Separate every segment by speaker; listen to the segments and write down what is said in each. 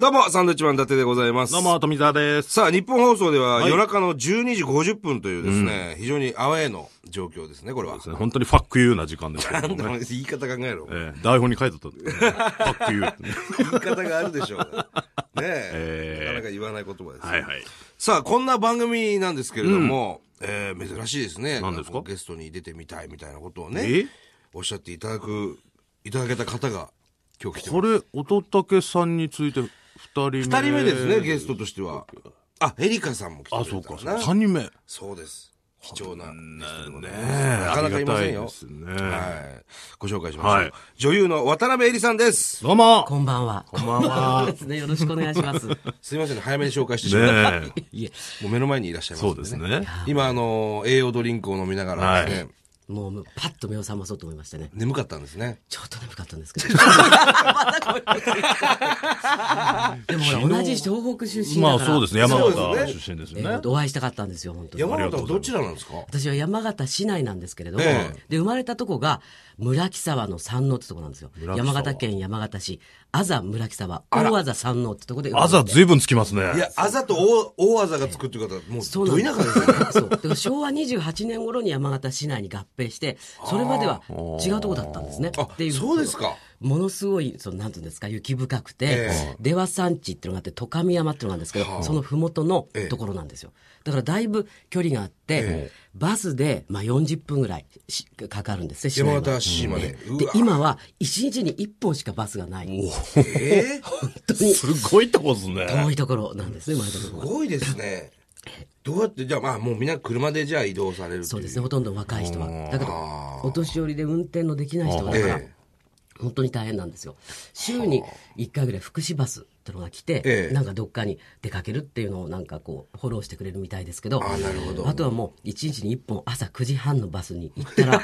Speaker 1: どうも、サンドウィッチマン伊達でございます。
Speaker 2: どうも、富澤です。
Speaker 1: さあ、日本放送では、
Speaker 2: はい
Speaker 1: 夜中の12時50分というですね、非常にアウェーの状況ですね、これは。
Speaker 2: 本当にファックユーな時間ですけ
Speaker 1: な
Speaker 2: ど
Speaker 1: ん
Speaker 2: も
Speaker 1: だろ
Speaker 2: ね。
Speaker 1: う言い方考えろ。
Speaker 2: えー台本に書いてたんですけどねファックユーってね。
Speaker 1: 言い方があるでしょう。ねえ な
Speaker 2: え、え
Speaker 1: かなか言わない言葉です、ね
Speaker 2: はいはい。
Speaker 1: さあ、こんな番組なんですけれども、えー珍しいですね。
Speaker 2: 何ですか
Speaker 1: こうゲストに出てみたいみたいなことを
Speaker 2: え
Speaker 1: ね、おっしゃっていただく、いただけた方が今日来てます。
Speaker 2: これ、乙武さんについて二人目。二
Speaker 1: 2人目ですね、ゲストとしては。あ、エリカさんも来てくれ
Speaker 2: あ、
Speaker 1: た
Speaker 2: そう
Speaker 1: な
Speaker 2: か、そうか三人目。ね
Speaker 1: そうです。貴重なゲストでございます
Speaker 2: え
Speaker 1: なかなかいません
Speaker 2: ありがたい
Speaker 1: よ
Speaker 2: で。すね。
Speaker 1: はい。ご紹介しましょう。
Speaker 2: はい
Speaker 1: 女優の渡辺恵里さんです。
Speaker 2: どうも
Speaker 3: こんばんは。こんばん は。ですね。よろしくお願いします。
Speaker 1: すいません、早めに紹介してしまった。
Speaker 2: ねえ。
Speaker 3: いえ、
Speaker 1: もう目の前にいらっしゃいます、
Speaker 2: そうです。ね。
Speaker 1: 今、あの、栄養ドリンクを飲みながらですね、
Speaker 2: は
Speaker 3: もうパッと目を覚まそうと思いましたね。
Speaker 1: 眠かったんですね。
Speaker 3: ちょっと眠かったんですけど。 またごめんなさいでもほら同じ東北出身
Speaker 2: ま
Speaker 3: だ
Speaker 2: あ
Speaker 3: から。
Speaker 2: そうですね。山
Speaker 1: そう
Speaker 2: 形
Speaker 1: ですね
Speaker 2: 出身です
Speaker 3: え
Speaker 2: よ
Speaker 3: ー
Speaker 2: ね。
Speaker 3: お会いしたかったんですよ、本当に。
Speaker 1: 山形はどちらなんですか
Speaker 3: 私は山形市内なんですけれども、
Speaker 1: ええ
Speaker 3: で、生まれたとこが、村木沢の山王ってとこなんですよ。
Speaker 2: 木沢
Speaker 3: 山形県山形市、あざ村木沢、大あざ山王ってとこで生ま
Speaker 2: あ
Speaker 3: れて。
Speaker 2: ざずいぶんつきますね。
Speaker 1: いや、あざと大大あざがつくっていう方、もう、
Speaker 3: そう
Speaker 1: ど
Speaker 3: なん
Speaker 1: 田
Speaker 3: です
Speaker 1: 舎ですよね。
Speaker 3: そう。だから昭和28年頃に山形市内に合併して、それまでは違うとこだったんですね。
Speaker 1: あ
Speaker 3: っていう
Speaker 1: そうです か。
Speaker 3: ものすごい、その、なんていうんですか、雪深く
Speaker 1: え
Speaker 3: て、出羽山地っていうのがあって、十神山っていうのがあるんですけど、その麓の
Speaker 1: ええ
Speaker 3: ところなんですよ。だからだいぶ距離があって、バスで、まあ、40分ぐらいしかかるんですね、市内
Speaker 1: 山
Speaker 3: は
Speaker 1: 形市まで。う
Speaker 3: で
Speaker 1: わ、
Speaker 3: 今は1日に1本しかバスがない。
Speaker 1: えー
Speaker 2: すごいとこですね。
Speaker 3: 遠いところなんですね、前のところ
Speaker 1: す
Speaker 3: が
Speaker 1: ごいですね。どうやって、じゃあ、まあ、もうみんな車でじゃあ移動されるという
Speaker 3: そうですね、ほとんど若い人は。だけど、お年寄りで運転のできない人はだから、
Speaker 1: ええ
Speaker 3: 本当に大変なんですよ。週に1回ぐらい福祉バスってのが来て、
Speaker 1: ええ
Speaker 3: なんかどっかに出かけるっていうのをなんかこう、フォローしてくれるみたいですけど、
Speaker 1: あなるほど
Speaker 3: あとはもう、1日に1本朝9時半のバスに行った ら、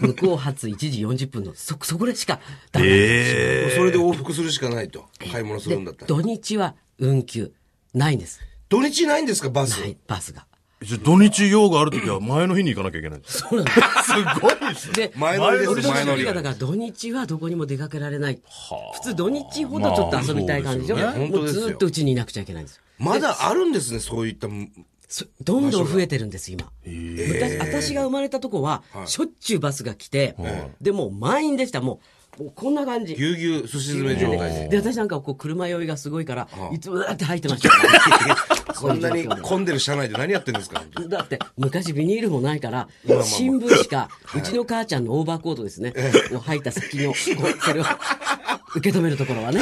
Speaker 3: 向こう発1時40分の、そ、そこでしかダメなんですよ
Speaker 2: ええ。
Speaker 1: それで往復するしかないと。買い物するんだった
Speaker 3: で
Speaker 1: ら。
Speaker 3: 土日は運休。ないんです。
Speaker 1: 土日ないんですか、バス
Speaker 3: な。い、バスが。
Speaker 2: じゃあ土日用があるときは前の日に行かなきゃいけない。 す
Speaker 3: そうなんです。
Speaker 2: ごいですね。
Speaker 3: で、
Speaker 1: 前乗りです
Speaker 3: 俺の
Speaker 1: 前乗り
Speaker 3: 一人がだから土日はどこにも出かけられない。普通土日ほどちょっと遊びたい感じでしょ、
Speaker 2: まあ
Speaker 1: そうですよね
Speaker 3: もうずっとうちにいなくちゃいけないんですよ。
Speaker 1: まだあるんですね、そういったむ。
Speaker 3: そどんどん増えてるんです、今。昔私が生まれたとこは、しょっちゅうバスが来て、で、もう満員でした。もう、もうこんな感じ。
Speaker 1: ぎゅうぎゅうすし詰め状態 で。
Speaker 3: で、私なんかこう、車酔いがすごいから、いつもだって入ってました。
Speaker 1: こんなに 混んでる車内で何やってるんですか
Speaker 3: だって昔ビニールもないから、新聞しか、うちの母ちゃんのオーバーコートですね、を履いた先の、こうそれを受け止めるところはね。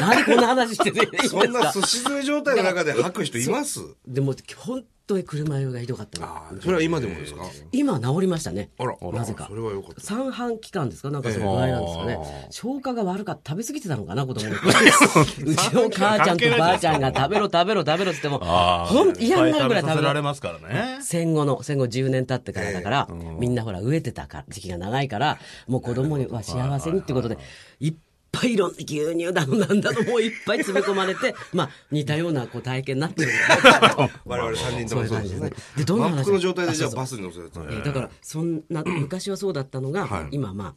Speaker 3: なんでこんな話してていいんです
Speaker 1: そんな
Speaker 3: か
Speaker 1: すし詰め状態の中で吐く人います
Speaker 3: でも、本当に車酔いがひどかったの。
Speaker 1: それは今でもですか
Speaker 3: 今治りましたね。
Speaker 1: あら、
Speaker 3: なぜか
Speaker 1: そ。れはよかった。
Speaker 3: 三半期間ですかなんかその具合なんですかね。消化が悪かった。食べ過ぎてたのかな子 供の頃うちの母ちゃんとばあちゃんが食べろ食べろ食べろって言っても、ほんと嫌になるぐらい食べろ。
Speaker 2: ますからね。
Speaker 3: 戦後の、戦後10年経ってからだから、みんなほら、飢えてたか時期が長いから、もう子供には幸せにってことで、いっぱいいろんな牛乳だのなんだの、もういっぱい詰め込まれて、まあ、似たようなこう体験になってるんだけど
Speaker 1: 我々3人ともそうですね。
Speaker 3: でどんな話
Speaker 1: 満腹の状態でじゃあ
Speaker 3: あそうそう
Speaker 1: バスに乗せた
Speaker 3: えーだから、そん な、昔はそうだったのが、
Speaker 1: はい
Speaker 3: 今まあ、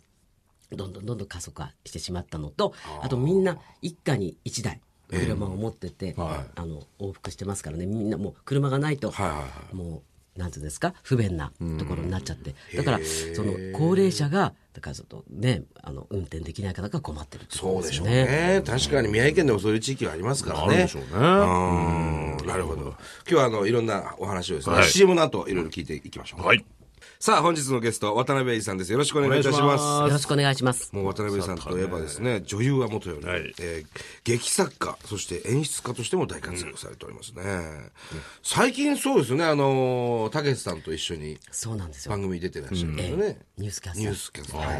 Speaker 3: どんどんどんどん加速化してしまったのと、あとみんな一家に一台、車を持ってて、あの、往復してますからね、みんなもう車がないと、
Speaker 1: はいはいは
Speaker 3: もう、なんていうんですか、不便なところになっちゃって。だから、その、高齢者が、だからちょっとね、あの、運転できない方が困ってるって
Speaker 1: そ
Speaker 3: こ
Speaker 1: う
Speaker 3: と
Speaker 1: で
Speaker 3: です
Speaker 1: しょ
Speaker 3: よ
Speaker 1: うね。確かに宮城県でもそういう地域はありますからね。
Speaker 2: あるでしょうね。
Speaker 1: うーんなるほど。今日はあの、いろんなお話をですね、
Speaker 2: はい
Speaker 1: CM の後、いろいろ聞いていきましょう。
Speaker 2: はい。
Speaker 1: さあ、本日のゲスト、渡辺英二さんです。よろしくお願いいたし
Speaker 2: お願
Speaker 1: ま
Speaker 2: い
Speaker 1: す
Speaker 2: し。
Speaker 3: よろしくお願いします。
Speaker 1: もう渡辺さんといえばですね、女優はもとより、
Speaker 2: はい
Speaker 1: えー劇作家、そして演出家としても大活躍されておりますね。最近そうですよね、あのー、たけしさんと一緒に
Speaker 3: そうなんですよ
Speaker 1: 番。組に出てらっしゃるんですよ
Speaker 3: え
Speaker 1: ね。
Speaker 3: えニュースキャスター
Speaker 1: ニュースキャスターはい。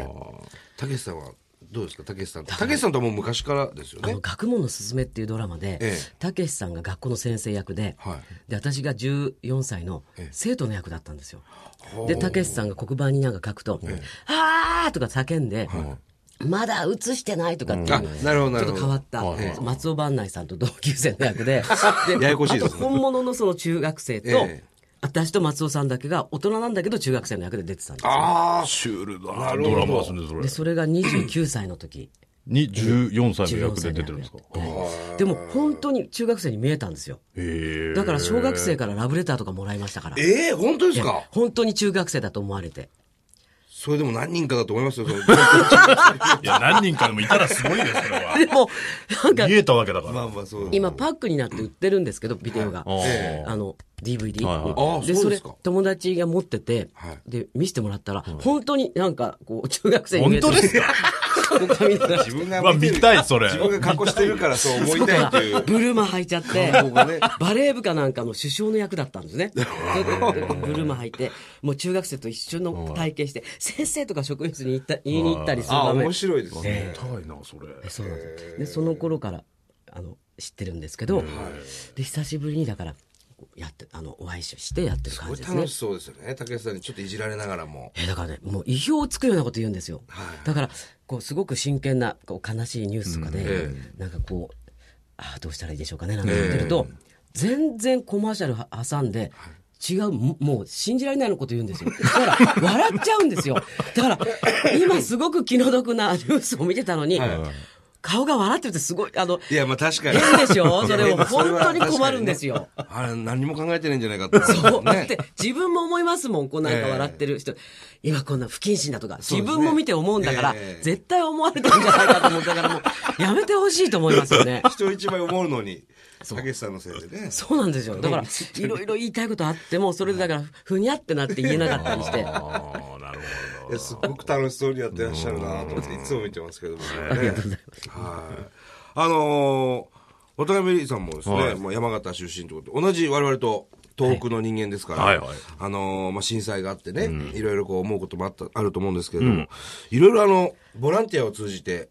Speaker 1: たけしさんはどうですか、たけしさん。たけしさんとはもう昔からですよ
Speaker 3: あ
Speaker 1: ね
Speaker 3: の、。学問のすすめっていうドラマで
Speaker 1: ええ、
Speaker 3: たけしさんが学校の先生役で、
Speaker 1: はい
Speaker 3: で、私が14歳の生徒の役だったんですよ。で、たけしさんが黒板になんか書くと、あーとか叫んで、まだ映してないとかっていう、
Speaker 1: あなるほどなるほど
Speaker 3: ちょっと変わった、松尾伴内さんと同級生の役 で、で
Speaker 1: ややこしいですね
Speaker 3: あと本物のその中学生と、
Speaker 1: ええ
Speaker 3: 私と松尾さんだけが大人なんだけど中学生の役で出てたんですよ。
Speaker 1: ああ、
Speaker 2: シュールだな、ドラマですね、それ
Speaker 3: で、。それが29歳の時。
Speaker 2: に14歳の役で出てるんですか
Speaker 3: でも本当に中学生に見えたんですよ。
Speaker 2: へえ
Speaker 3: だから小学生からラブレターとかもらいましたから。
Speaker 1: ええ本当で
Speaker 3: い
Speaker 1: す
Speaker 3: や
Speaker 1: か
Speaker 3: 本当に中学生だと思われ て。
Speaker 1: それでも何人かだと思いますよ。その
Speaker 2: いや何人かでもいたらすごいですそれは
Speaker 3: でも、 なんか
Speaker 2: 見えたわけだか ら
Speaker 1: まあまあそう。
Speaker 3: 今パックになって売ってるんですけど、ビデオが。
Speaker 2: あ
Speaker 1: え
Speaker 2: ー
Speaker 3: あの、DVD。
Speaker 2: はいはい
Speaker 1: ああ
Speaker 3: で、
Speaker 1: そ
Speaker 3: そう
Speaker 1: で
Speaker 3: れ
Speaker 1: すか、
Speaker 3: 友達が持ってて
Speaker 1: はい、
Speaker 3: で、見せてもらったら、本当になんか、こう、中学生に見
Speaker 2: 本
Speaker 3: えて
Speaker 2: 当ですか
Speaker 3: 僕が見たら
Speaker 1: 自分が
Speaker 2: うわ見たいそれ
Speaker 1: 自分が格好してるからそう思いたいっていう。
Speaker 3: ブルマ履いちゃって
Speaker 1: 感動がね、
Speaker 3: バレー部かなんかの首相の役だったん ですね。それでブルマ履いて、もう中学生と一緒の体験して、先生とか職員室に行った言いに行ったりする
Speaker 1: ああ、
Speaker 3: 場面
Speaker 1: 面白いです
Speaker 2: 見
Speaker 1: ね。
Speaker 2: たいなそれ
Speaker 3: そうなんですよでその頃からあの知ってるんですけど、で久しぶりにだからやってあのお会いしてやってる
Speaker 1: す
Speaker 3: 感
Speaker 1: ごい
Speaker 3: じですね
Speaker 1: 楽しそうですよね。竹内さんにちょっといじられながらも。
Speaker 3: えーだからねもう意表をつくようなこと言うんですよ、だからこうすごく真剣なこう悲しいニュースとかで、
Speaker 1: え
Speaker 3: なんかこうああどうしたらいいでしょうかねなんて言ってると、全然コマーシャルは挟んで、違う、ももう信じられないようなこと言うんですよ。だから、笑っちゃうんです よ。だから、今すごく気の毒なニュースを見てたのに、顔が笑ってるってすごい、あの、
Speaker 1: いや、まあ確かに。
Speaker 3: 変で しょそれ
Speaker 1: いや
Speaker 3: も本当に困るんですよ。
Speaker 1: それは確かにねあれ、何も考えてないんじゃないかって。
Speaker 3: そう。だっ
Speaker 1: ね
Speaker 3: て、自分も思いますもん、こうなんか笑ってる人。今こんな不謹慎だとか、自分も見て思うんだから、
Speaker 1: ええ
Speaker 3: 絶対思われてるんじゃないかと思ったから、もう、やめてほしいと思いますよ ね。
Speaker 1: 人一倍思うのに、竹内さんのせいでね。
Speaker 3: そうなんですよ。だから、いろいろ言いたいことあっても、それでだから、ふにゃってなって言えなかったりして。
Speaker 2: ああなるほ
Speaker 1: いやすごく楽しそうにやってらっしゃるなと思っていつも見てますけどもね。 ありがとうございます。はい。あのー、渡辺理さんもですね、
Speaker 2: はい
Speaker 1: もう山形出身ということで、同じ我々と東北の人間ですから、
Speaker 2: はいはいはい
Speaker 1: あのーまあ、震災があってね、いろいろこう思うこともあった、あると思うんですけれども、いろいろあの、ボランティアを通じて、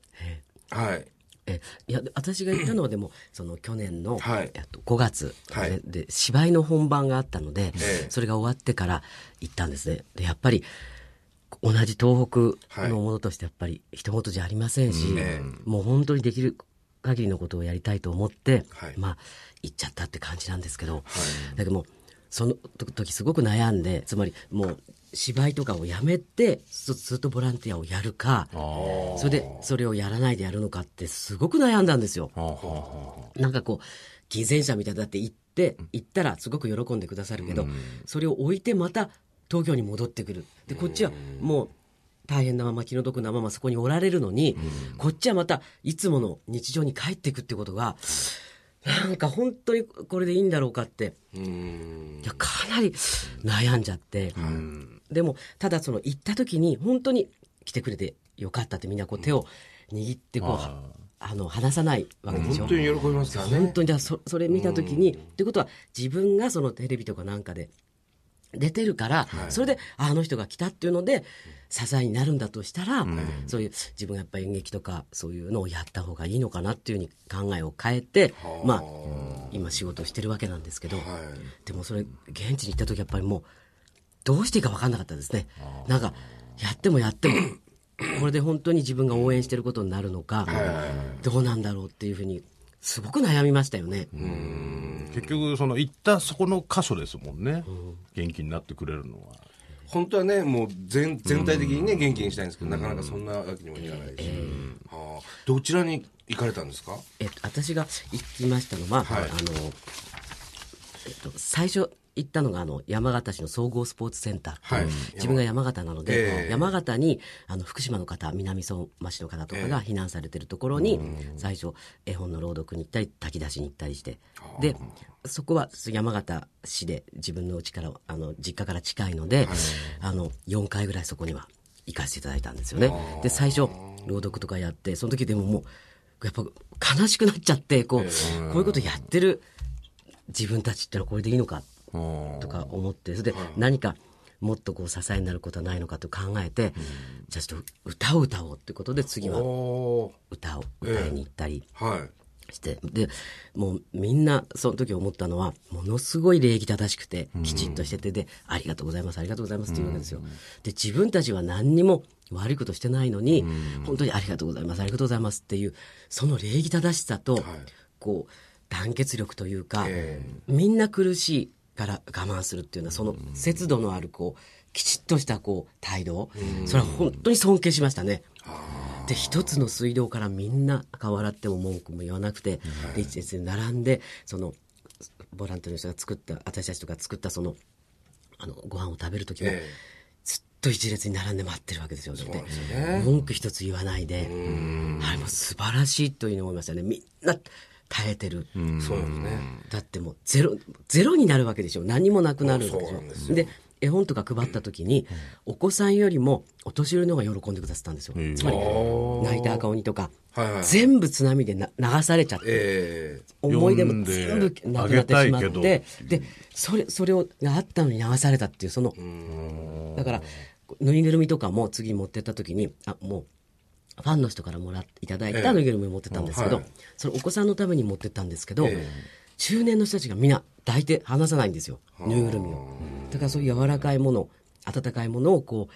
Speaker 1: はい。
Speaker 3: えいや私が行ったのは でもその去年の、
Speaker 1: はい
Speaker 3: えっと5月、
Speaker 1: はい
Speaker 3: ねで芝居の本番があったので、
Speaker 1: ええ
Speaker 3: それが終わってから行ったんですねでやっぱり同じ東北のものとしてやっぱり一言じゃありませんし、
Speaker 1: え
Speaker 3: もう本当にできる限りのことをやりたいと思って、
Speaker 1: はい
Speaker 3: まあ行っちゃったって感じなんですけど、だけどもうその時すごく悩んでつまりもう芝居とかをやめてずずっとボランティアをやるか、
Speaker 2: ど
Speaker 3: それでそれをやらないでやるのかってすごく悩んだんですよ。
Speaker 2: あーはあはあはあ
Speaker 3: なんかこう偽善者みたいだって行って行ったらすごく喜んでくださるけど、それを置いてまた東京に戻ってくるでこっちはもう大変なまま気の毒なままそこにおられるのに、こっちはまたいつもの日常に帰っていくってことが、なんか本当にこれでいいんだろうかって
Speaker 1: うーん。
Speaker 3: いやかなり悩んじゃって、でもただその行った時に本当に来てくれてよかったってみんなこう手を握ってこう、はあの離さないわけでしょ
Speaker 1: 本当に喜びますからね。
Speaker 3: 本当にだからそそれ見た時にってことは自分がそのテレビとかなんかで出てるから、それでああの人が来たっていうので支えになるんだとしたら、そういう自分がやっぱ演劇とかそういうのをやった方がいいのかなっていうふうに考えを変えて、まあ今仕事をしてるわけなんですけど、でもそれ現地に行った時やっぱりもうどうしていいか分かんなかったですねなんかやってもやっても これで本当に自分が応援してることになるのか、どうなんだろうっていうふうにすごく悩みましたよね、
Speaker 2: 結局その行ったそこの箇所ですもんね、元気になってくれるのは
Speaker 1: 本当はね、もう全全体的にね、元気にしたいんですけど、なかなかそんなわけにもいかないし。はあどちらに行かれたんですか
Speaker 3: えっと、私が行きましたのは、
Speaker 1: はい
Speaker 3: あの、えっと、最初行ったのがあの山形市の総合スポーツセンターっていう、
Speaker 1: はい
Speaker 3: 自分が山形なので、
Speaker 1: ええ
Speaker 3: 山形にあの福島の方南相馬市の方とかが避難されてるところに、最初絵本の朗読に行ったり炊き出しに行ったりしてでそこは山形市で自分の家からあの実家から近いので、あの4回ぐらいそこには行かせていただいたんですよね。で最初朗読とかやってその時でももうやっぱ悲しくなっちゃってこう,、こういうことやってる自分たちってのはこれでいいのかとか思ってそれで何かもっとこう支えになることはないのかと考えて、じゃあちょっと歌を歌おうってことで次は
Speaker 1: お
Speaker 3: 歌を歌いに行ったり
Speaker 1: はい。
Speaker 3: して、でもうみんなその時思ったのはものすごい礼儀正しくてきちっとしててでありがとうございますありがとうございますっていうわけですよ。で自分たちは何にも悪いことしてないのに、本当にありがとうございますありがとうございますっていうその礼儀正しさと、こう団結力というか、
Speaker 1: え
Speaker 3: みんな苦しいから我慢するっていうのはその節度のあるこうきちっとしたこう態度、それは本当に尊敬しましたね。で一つの水道からみんな顔洗っても文句も言わなくて、で一列に並んでそのボランティアの人が作った私たちとか作ったそのあのご飯を食べる時も、
Speaker 1: ええ
Speaker 3: ずっと一列に並んで待ってるわけですよね。
Speaker 1: なんですよね
Speaker 3: 文句一つ言わないで、はい、もう素晴らしいというのを思いましたね。みんな耐えてる。
Speaker 1: そうなんですね。
Speaker 3: だってもうゼロ、ゼロになるわけでしょ。何もなくなるわけで
Speaker 1: そうなんで
Speaker 3: しょ。で絵本とか配った時に、お子さんよりもお年寄りの方が喜んでくださったんですよ。つまり、泣いた赤鬼とか、
Speaker 1: はいはい
Speaker 3: 全部津波でな流されちゃって、
Speaker 1: え
Speaker 3: 思い出も全部なくなってしまっ
Speaker 2: 呼ん
Speaker 3: て
Speaker 2: で
Speaker 3: でそれそれをがあったのに流されたっていうそのだからぬいぐるみとかも次持ってった時にあもうファンの人からもらっていただい
Speaker 1: え
Speaker 3: た
Speaker 1: え
Speaker 3: ぬいぐるみを持ってったんですけど、
Speaker 1: はい
Speaker 3: それお子さんのために持ってったんですけど、
Speaker 1: ええ
Speaker 3: 中年の人たちがみんな抱いて離さないんですよぬいぐるみをだからそういう柔らかいもの温かいものをこ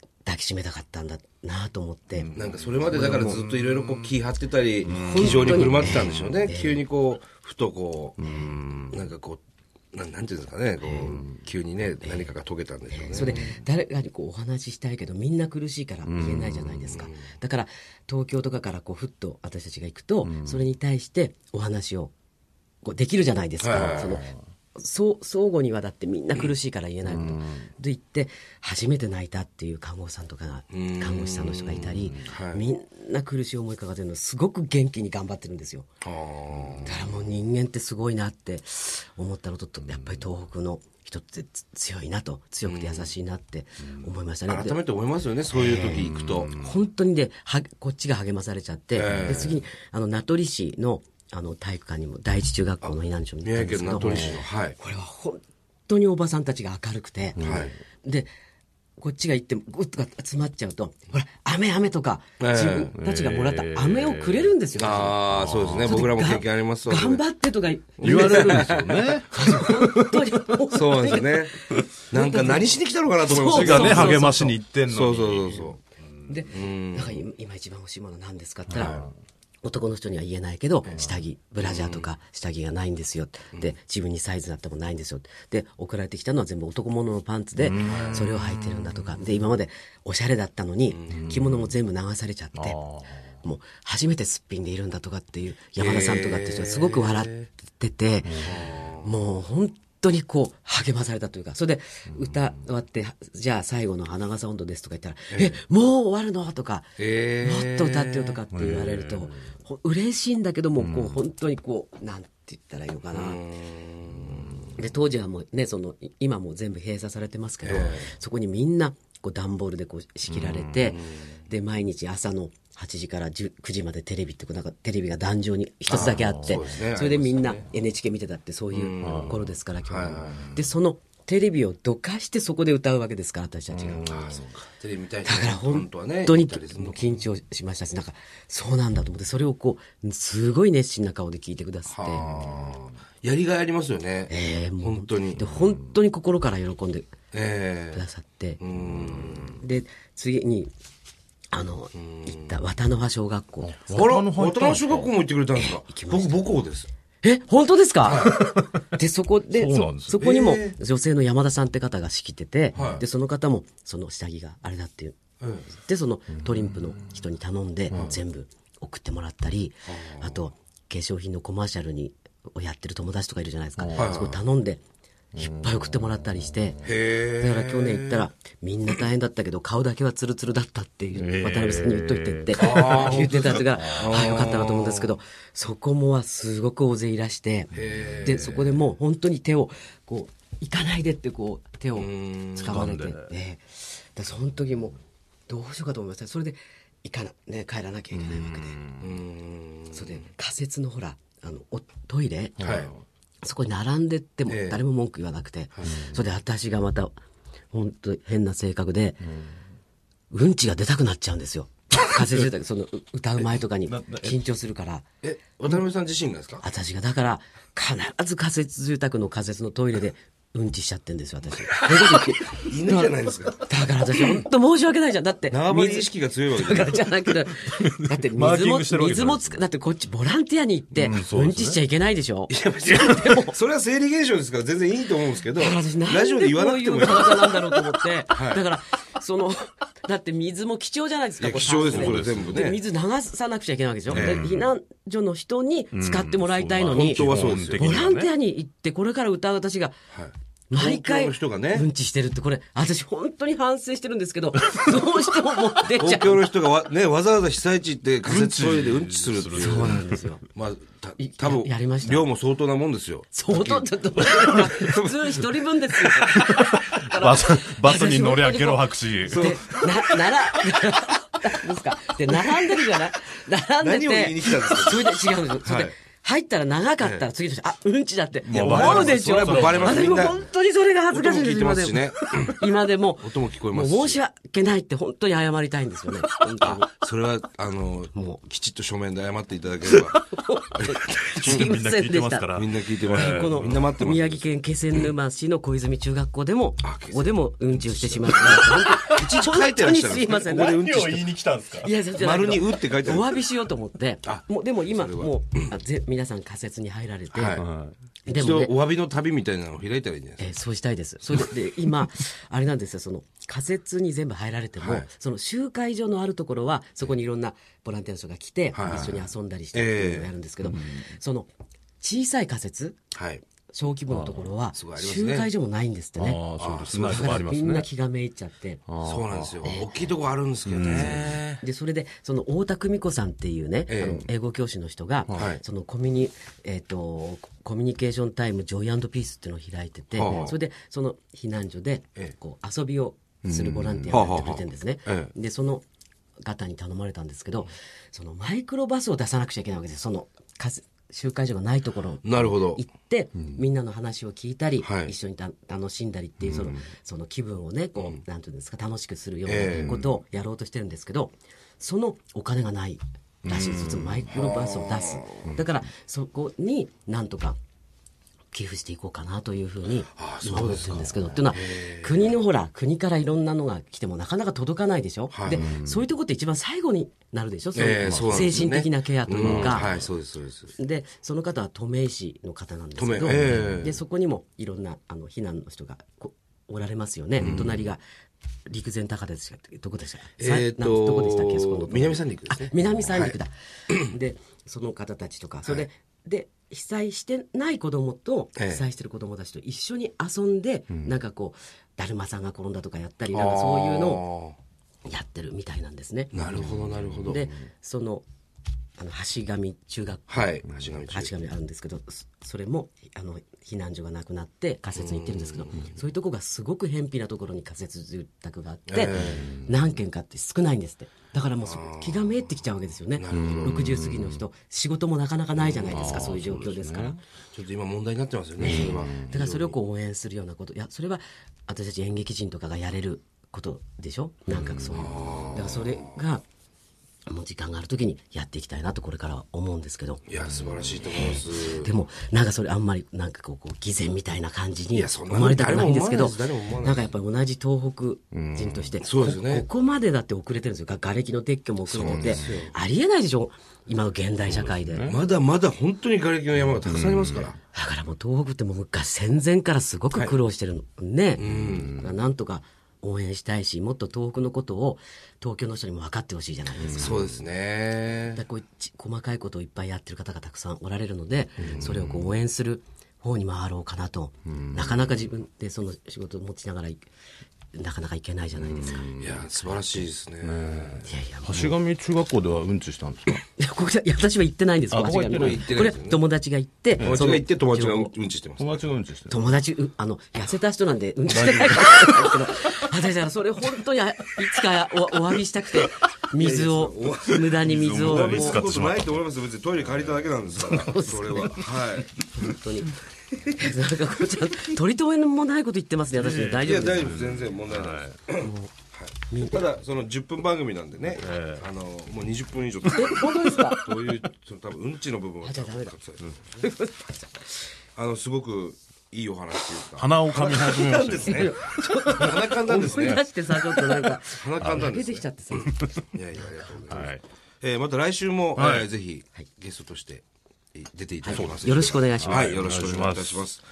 Speaker 3: う抱きしめたかったんだなと思って、
Speaker 1: えなんかそれまでだからずっといろいろこう気張ってたり、非常に振る舞ってたんでしょうね。急にこう、ふとこう、なんかこう、ななんていうんですかね、こう、急にね、何かが遂げたんでしょうね。
Speaker 3: それで誰かにこうお話ししたいけどみんな苦しいから言えないじゃないですか、だから東京とかからこうふっと私たちが行くと、それに対してお話をこうできるじゃないですか、
Speaker 1: はいはいはい
Speaker 3: そのそう相互にはだってみんな苦しいから言えないこと、で言って初めて泣いたっていう看護師さんとかが、看護師さんの人がいたり、
Speaker 1: はい
Speaker 3: みんな苦しい思い抱えてるのすごく元気に頑張ってるんですよ。
Speaker 1: あー
Speaker 3: だからもう人間ってすごいなって思ったのとやっぱり東北の人ってつ強いなと強くて優しいなって思いましたね、
Speaker 1: 改め
Speaker 3: で
Speaker 1: て思いますよね、そういう時行くと。
Speaker 3: 本当にではこっちが励まされちゃって、
Speaker 1: ええ
Speaker 3: で次にあの名取市のあの体育館にも第一中学校の避難所に行っ
Speaker 1: 宮
Speaker 3: たん
Speaker 1: 城県
Speaker 3: ですけど
Speaker 1: 名取市の、はい。
Speaker 3: これは本当におばさんたちが明るくて、
Speaker 1: はい
Speaker 3: でこっちが行ってもぐっと集まっちゃうとほら雨雨とか、
Speaker 1: ええ
Speaker 3: 自分たちがもらった雨をくれるんですよ、
Speaker 1: ああ、そうですね。僕らも経験ありますわそれ
Speaker 3: 頑張ってとか
Speaker 2: 言われるんですよ ね。
Speaker 3: 本当に本当に
Speaker 1: そうなんですよ ね。なんか何しに来たのかなと思います
Speaker 2: そ
Speaker 1: よ
Speaker 2: っちがね、
Speaker 3: そうそうそう
Speaker 2: 励ましに行ってんのに。
Speaker 1: そうそうそうそう。
Speaker 3: で、なんか今今一番欲しいものなんですかって言ったら、男の人には言えないけど、下着、ブラジャーとか下着がないんですよ。で、自分にサイズだったもないんですよ。で、送られてきたのは全部男物のパンツで、それを履いてるんだとか。で、今までおしゃれだったのに、着物も全部流されちゃって、もう初めてすっぴんでいるんだとかっていう、山田さんとかっていう人がすごく笑ってて、もう本当にこう励まされたというか、それで歌終わって、じゃあ最後の花笠温度ですとか言ったら、えもう終わるのとか、
Speaker 1: えー
Speaker 3: もっと歌ってよとかって言われると、ほ嬉しいんだけども、こう本当にこう、なんて言ったらいいのかな。で当時はもうねそのい今もう全部閉鎖されてますけど、そこにみんなこう段ボールでこう仕切られて、で毎日朝の8時から10 9時までテレビってこうなんかテレビが壇上に一つだけあって
Speaker 1: そうですね
Speaker 3: それでみんな NHK 見てたってそういう頃ですから今日、
Speaker 1: はいはいは
Speaker 3: でそのテレビをどかしてそこで歌うわけですから私たちが。
Speaker 1: ああ、そうか。テレビ見たい
Speaker 3: だから本
Speaker 1: はね
Speaker 3: 当に
Speaker 1: 見たりする
Speaker 3: もう
Speaker 1: の
Speaker 3: 緊張しましたし、なんか、そうなんだと思って、それをこう、すごい熱心な顔で聞いてくださって、
Speaker 1: あーやりがいありますよね。
Speaker 3: えーもう
Speaker 1: 本当に
Speaker 3: で、。本当に心から喜んで
Speaker 1: え
Speaker 3: くださっ
Speaker 1: え
Speaker 3: て、
Speaker 1: うん。
Speaker 3: で、次に、あの、行った渡野葉小学校。
Speaker 1: あら、大人小学校も行ってくれたんですか
Speaker 3: きま
Speaker 1: 僕
Speaker 3: し
Speaker 1: 母校です。
Speaker 3: え、本当ですか で、そこで、
Speaker 2: そうなん
Speaker 3: そ
Speaker 2: ですよ
Speaker 3: そこにも
Speaker 1: え
Speaker 3: 女性の山田さんって方が仕切ってて
Speaker 1: は、い
Speaker 3: で、その方も、その下着があれだっていう
Speaker 1: うん。
Speaker 3: でそのトリンプの人に頼んで全部送ってもらったり、あと化粧品のコマーシャルにをやってる友達とかいるじゃないですか、
Speaker 1: はい
Speaker 3: そこ頼んでいっぱい送ってもらったりして、
Speaker 1: へえ。
Speaker 3: だから去年行ったらみんな大変だったけど顔だけはツルツルだったっていう渡辺さんに言っといてって
Speaker 1: あー
Speaker 3: 言ってたとからあーよかったなと思うんですけどそこもはすごく大勢いらしてでそこでもう本当に手をこう行かないでってこう手を掴まれてででその時もどうしようかと思いましたそれで行かな、ね、帰らなきゃいけないわけでそれで仮設のほらあのおトイレ、
Speaker 1: はい。
Speaker 3: そこに並んでっても
Speaker 1: ええ
Speaker 3: 誰も文句言わなくて、それで私がまた本当変な性格で、うん、ちが出たくなっちゃうん ですよ。仮設住宅そのう歌う前とかに緊張するから
Speaker 1: え、渡辺さん自身がですか
Speaker 3: 私がだから必ず仮設住宅の仮設のトイレでうんちしちゃってんですよ私。そういうこと言って
Speaker 1: 犬じゃないですか。
Speaker 3: だから私本当申し訳ないじゃんだって
Speaker 1: 縄張り意識が強いわけ
Speaker 3: だ
Speaker 1: で
Speaker 3: からじゃな くて、だって
Speaker 2: マー
Speaker 3: 水
Speaker 2: キン
Speaker 3: も、
Speaker 2: グしてるわけじ
Speaker 3: 水
Speaker 2: ゃない
Speaker 3: もつか、だってこっちボランティアに行って、
Speaker 2: んそう
Speaker 3: う
Speaker 2: ですね
Speaker 3: んちしちゃいけないでしょ
Speaker 1: それは生理現象ですから全然いいと思うんですけど、
Speaker 3: だから私なん
Speaker 1: ラジオで言わなくてもいい。
Speaker 3: こういう体なんだろうと思って、だから、その、だって水も貴重じゃないです
Speaker 1: い
Speaker 3: か、
Speaker 1: や
Speaker 3: これ
Speaker 1: 貴重ですよ
Speaker 3: タ
Speaker 1: こ
Speaker 3: ン
Speaker 1: れ
Speaker 3: スで
Speaker 1: 全部
Speaker 3: で
Speaker 1: ね
Speaker 3: 水流さなくちゃいけないわけでしょ、
Speaker 1: ええ
Speaker 3: で避難所の人に使ってもらいたいのに、
Speaker 1: そう本当はそうですよ
Speaker 3: ボランティアに行って、これから歌う私が、毎
Speaker 1: 東
Speaker 3: 回、
Speaker 1: 京の人がね
Speaker 3: うんちしてるって、これ、私、本当に反省してるんですけど、 どうしても持ってっちゃ
Speaker 1: 東
Speaker 3: う。
Speaker 1: 京の人がわ,、ね、わざわざ被災地行って仮設トイレでうんちするっていう。
Speaker 3: そうなんですよ。
Speaker 1: まあ、た
Speaker 3: い
Speaker 1: 多分
Speaker 3: ややりました
Speaker 1: 量も相当なもんですよ。
Speaker 3: 相当ちょっと、普通一人 分ですよ。
Speaker 2: バス、バスに乗り上げろ白紙。
Speaker 3: で、な、なら、 ですか。で、並んでるじゃない並ん
Speaker 1: 何
Speaker 3: でて。
Speaker 1: を言いに来たんですか
Speaker 3: それで違うんですよ。それ
Speaker 1: は
Speaker 3: で
Speaker 1: い
Speaker 3: 入ったら長かったら次の人、あ、うんちだって。
Speaker 2: や
Speaker 3: 思うでしょ。
Speaker 2: それはもう
Speaker 1: バレます
Speaker 3: 私
Speaker 1: みん
Speaker 3: も
Speaker 1: な
Speaker 3: 本当にそれが恥ずかしいんです
Speaker 1: 音も聞いてますしね
Speaker 3: 今でも。
Speaker 1: 音も聞こえますし
Speaker 3: もう申し訳ないって本当に謝りたいんですよね。本当 に。
Speaker 1: それは、あの、もう、きちっと書面で謝っていただけれ ば、
Speaker 3: すいま
Speaker 2: みんな
Speaker 3: せん
Speaker 2: 聞い
Speaker 3: で
Speaker 2: て
Speaker 3: し
Speaker 2: ます
Speaker 3: た
Speaker 2: か。ら
Speaker 1: み。んな聞いてます。
Speaker 3: この
Speaker 1: みんな待ってます。
Speaker 3: 宮城県気仙沼市の小泉中学校でも、
Speaker 1: あ気仙
Speaker 3: ここでもうんちをしてし まった。一
Speaker 1: 書いてらっしゃるんですね
Speaker 3: すいません。
Speaker 1: ここでうんち
Speaker 2: 何を言いに来たんですか
Speaker 3: いや、そうじゃない
Speaker 1: 丸に「う」って書いてある
Speaker 3: お詫びしようと思って
Speaker 1: あ。
Speaker 3: もう、でも今、
Speaker 1: それは
Speaker 3: もう、あぜ皆さん仮説に入られて。
Speaker 1: はい
Speaker 3: で
Speaker 1: 一度
Speaker 3: もね、
Speaker 1: お詫びの旅みたいなのを開いたらいいんじゃないです
Speaker 3: えーそうしたいです。それで、 で今、あれなんですよ、その、仮設に全部入られても、
Speaker 1: はい
Speaker 3: その集会所のあるところは、そこにいろんなボランティアの人が来て、
Speaker 1: はい
Speaker 3: 一緒に遊んだりしてっていうのをやるんですけど、その、小さい仮設、
Speaker 1: か。はい。
Speaker 3: 小規模のところは
Speaker 1: すごい、あります
Speaker 3: 集
Speaker 1: ね
Speaker 3: 会所もないんですってね。
Speaker 2: ああ、そうです。ないとこあります
Speaker 3: みんな
Speaker 2: ね。
Speaker 3: 気がめいっちゃって。
Speaker 1: そうなんですよ。大きいとこあるんですけどね。
Speaker 3: でそれでその太田久美子さんっていうね、
Speaker 1: ええ
Speaker 3: あの英語教師の人が、
Speaker 1: はい
Speaker 3: そのコミュニ、えー、とコミュニケーションタイムジョイピースっていうのを開いてて、
Speaker 1: はあ
Speaker 3: それでその避難所で
Speaker 1: ええ
Speaker 3: こう遊びをするボランティアをやってくれてるんですね。
Speaker 1: うんはあはあえ
Speaker 3: でその方に頼まれたんですけどそのマイクロバスを出さなくちゃいけないわけですそのかす集会所がないところ
Speaker 1: なるほど
Speaker 3: 行。って、みんなの話を聞いたり、
Speaker 1: はい
Speaker 3: 一緒にた楽しんだりっていうその,、その気分をねこう、なんていうんですか楽しくするよ
Speaker 1: ええ
Speaker 3: うなことをやろうとしてるんですけど、そのお金がないらしいです、そのマイクロバースを出すだからそこになんとか寄付していこうかなというふうに今思ってるんですけどっていうのは国のほら国からいろんなのが来てもなかなか届かないでしょ、
Speaker 1: はい
Speaker 3: でそういうとこって一番最後になるでしょ、その
Speaker 1: ええそうなんですよね
Speaker 3: 精神的なケアというか。
Speaker 1: んはい、そうです、そうです。
Speaker 3: でその方は登米市の方なんですけど、
Speaker 1: 登米ええ
Speaker 3: でそこにもいろんなあの避難の人がこおられますよね、隣が陸前高田でしたっけどこでしたっけさい
Speaker 1: えっ
Speaker 3: なんどこでしたっけそこ
Speaker 1: と
Speaker 3: の、
Speaker 1: 南三陸で
Speaker 3: あ
Speaker 1: すね。
Speaker 3: 南三陸だ、でその方たちとかそれで,、で被災してない子供と
Speaker 1: ええ
Speaker 3: 被災してる子供たちと一緒に遊んで、なんかこうだるまさんが転んだとかやったりなんかそういうの
Speaker 1: の
Speaker 3: をやってるみたいなんですね。
Speaker 1: なるほど、なるほど。
Speaker 3: でそのあの橋上中学校
Speaker 1: はい。橋上
Speaker 3: 八
Speaker 1: 中。
Speaker 3: があるんですけどそそれもあの避難所がなくなって仮設に行ってるんですけどそういうとこがすごく偏僻なところに仮設住宅があって、何軒かって少ないんですってだからもうそ気がめいってきちゃうわけですよね60過ぎの人仕事もなかなかないじゃないですかそういう状況ですから。
Speaker 1: ちょっと今問題になってますよね、それは。
Speaker 3: だからそれをこう応援するようなこといやそれは私たち演劇人とかがやれることでしょなんかそういうだからそれがもう時間がある時にやっていきたいなとこれからは思うんですけど
Speaker 1: いや、素晴らしいと思います。
Speaker 3: でもなんかそれあんまりなんかこうこう偽善みたいな感じ
Speaker 1: い
Speaker 3: に
Speaker 1: やそんなの
Speaker 3: 思われたくないんですけど
Speaker 1: 誰も思わないです誰も思わない
Speaker 3: なんかやっぱり同じ東北人として
Speaker 1: そうですよね
Speaker 3: こここまでだって遅れてるんですよが瓦礫の撤去も遅れててありえないでしょ今の現代社会でだ
Speaker 1: まだまだ本当に瓦礫の山がたくさんありますから。
Speaker 3: からもう東北ってもう昔戦前からすごく苦労してるのねだからなんとか応援したいしもっと東北のことを東京の人にも分かってほしいじゃないですか。
Speaker 1: そうですね。
Speaker 3: だからこうち細かいことをいっぱいやってる方がたくさんおられるので、それをこう応援する方に回ろうかなと、なかなか自分でその仕事を持ちながらいなかなかいけないじゃないですか、い
Speaker 1: いや、素晴らしいですね。
Speaker 3: やいやもう
Speaker 2: 橋上中学校ではうんちしたんですか
Speaker 3: いやここじゃいや私は行ってないんです
Speaker 2: あ
Speaker 3: よ
Speaker 2: こ
Speaker 3: 私
Speaker 2: こ
Speaker 3: が
Speaker 2: は行って
Speaker 1: ない行ってないで
Speaker 3: これ
Speaker 1: すよね
Speaker 3: 友達が行って
Speaker 1: 友達が行って友達がうん
Speaker 3: その
Speaker 1: うんちしてます。
Speaker 2: 友達がうんちしてる。
Speaker 3: 友達うあの痩せた人なんでうんち してないかもしれないけど私だからそれ本当にあいつかおお詫びしたくて水を無駄に水を
Speaker 2: 水を
Speaker 1: そんな
Speaker 2: 無駄に使って
Speaker 1: こと
Speaker 2: しまった
Speaker 1: ないと思いますよ別にトイレ借りただけなんですから。それは。はい。
Speaker 3: 本当に。なんかこうちゃん取り留めもないこと言ってますね、私ね、大
Speaker 1: い
Speaker 3: 丈
Speaker 1: や
Speaker 3: 夫で
Speaker 1: 大
Speaker 3: す
Speaker 1: 丈夫です全然問題ないですはいただその10分番組なんでねあのもう20分以上え
Speaker 3: 本当ですか
Speaker 1: そういうその多分うんちの部分は
Speaker 3: あじゃあダメだ
Speaker 1: 割愛あのすごくいいお話というか
Speaker 2: 鼻を噛み始めま
Speaker 1: 鼻
Speaker 2: し
Speaker 1: ん
Speaker 2: た
Speaker 1: で
Speaker 2: よ。
Speaker 1: すね鼻かんだんです
Speaker 3: 思い
Speaker 1: ね
Speaker 3: 出してさ、ちょっとなんか、
Speaker 1: 鼻かんだんで
Speaker 3: 出
Speaker 1: す
Speaker 3: て
Speaker 1: ね
Speaker 3: きちゃってさ。
Speaker 1: いやいやありがとうございます
Speaker 2: はい。
Speaker 1: えーまた来週もえ
Speaker 2: はい
Speaker 1: ーぜひゲストとしてえー出ていただきます
Speaker 3: よろしくお願いします
Speaker 1: はいよろしくお願いいたします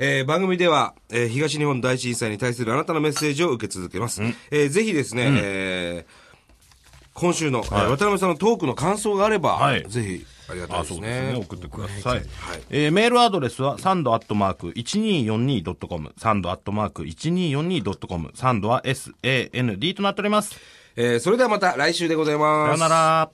Speaker 1: えー番組では、えー東日本大震災に対するあなたのメッセージを受け続けます。えーぜひですね、えー今週の、えー渡辺さんのトークの感想があれば、
Speaker 2: はい
Speaker 1: ぜひ、ありがたい
Speaker 2: あ
Speaker 1: で
Speaker 2: そ
Speaker 1: す
Speaker 2: うですね
Speaker 1: ね。
Speaker 2: 送ってください、えーメールアドレスはサンドアットマーク 1242.com サンドアットマーク 1242.com サンドは SAND となっております
Speaker 1: えーそれではまた来週でござい
Speaker 2: さ
Speaker 1: ま
Speaker 2: よ
Speaker 1: す。
Speaker 2: なら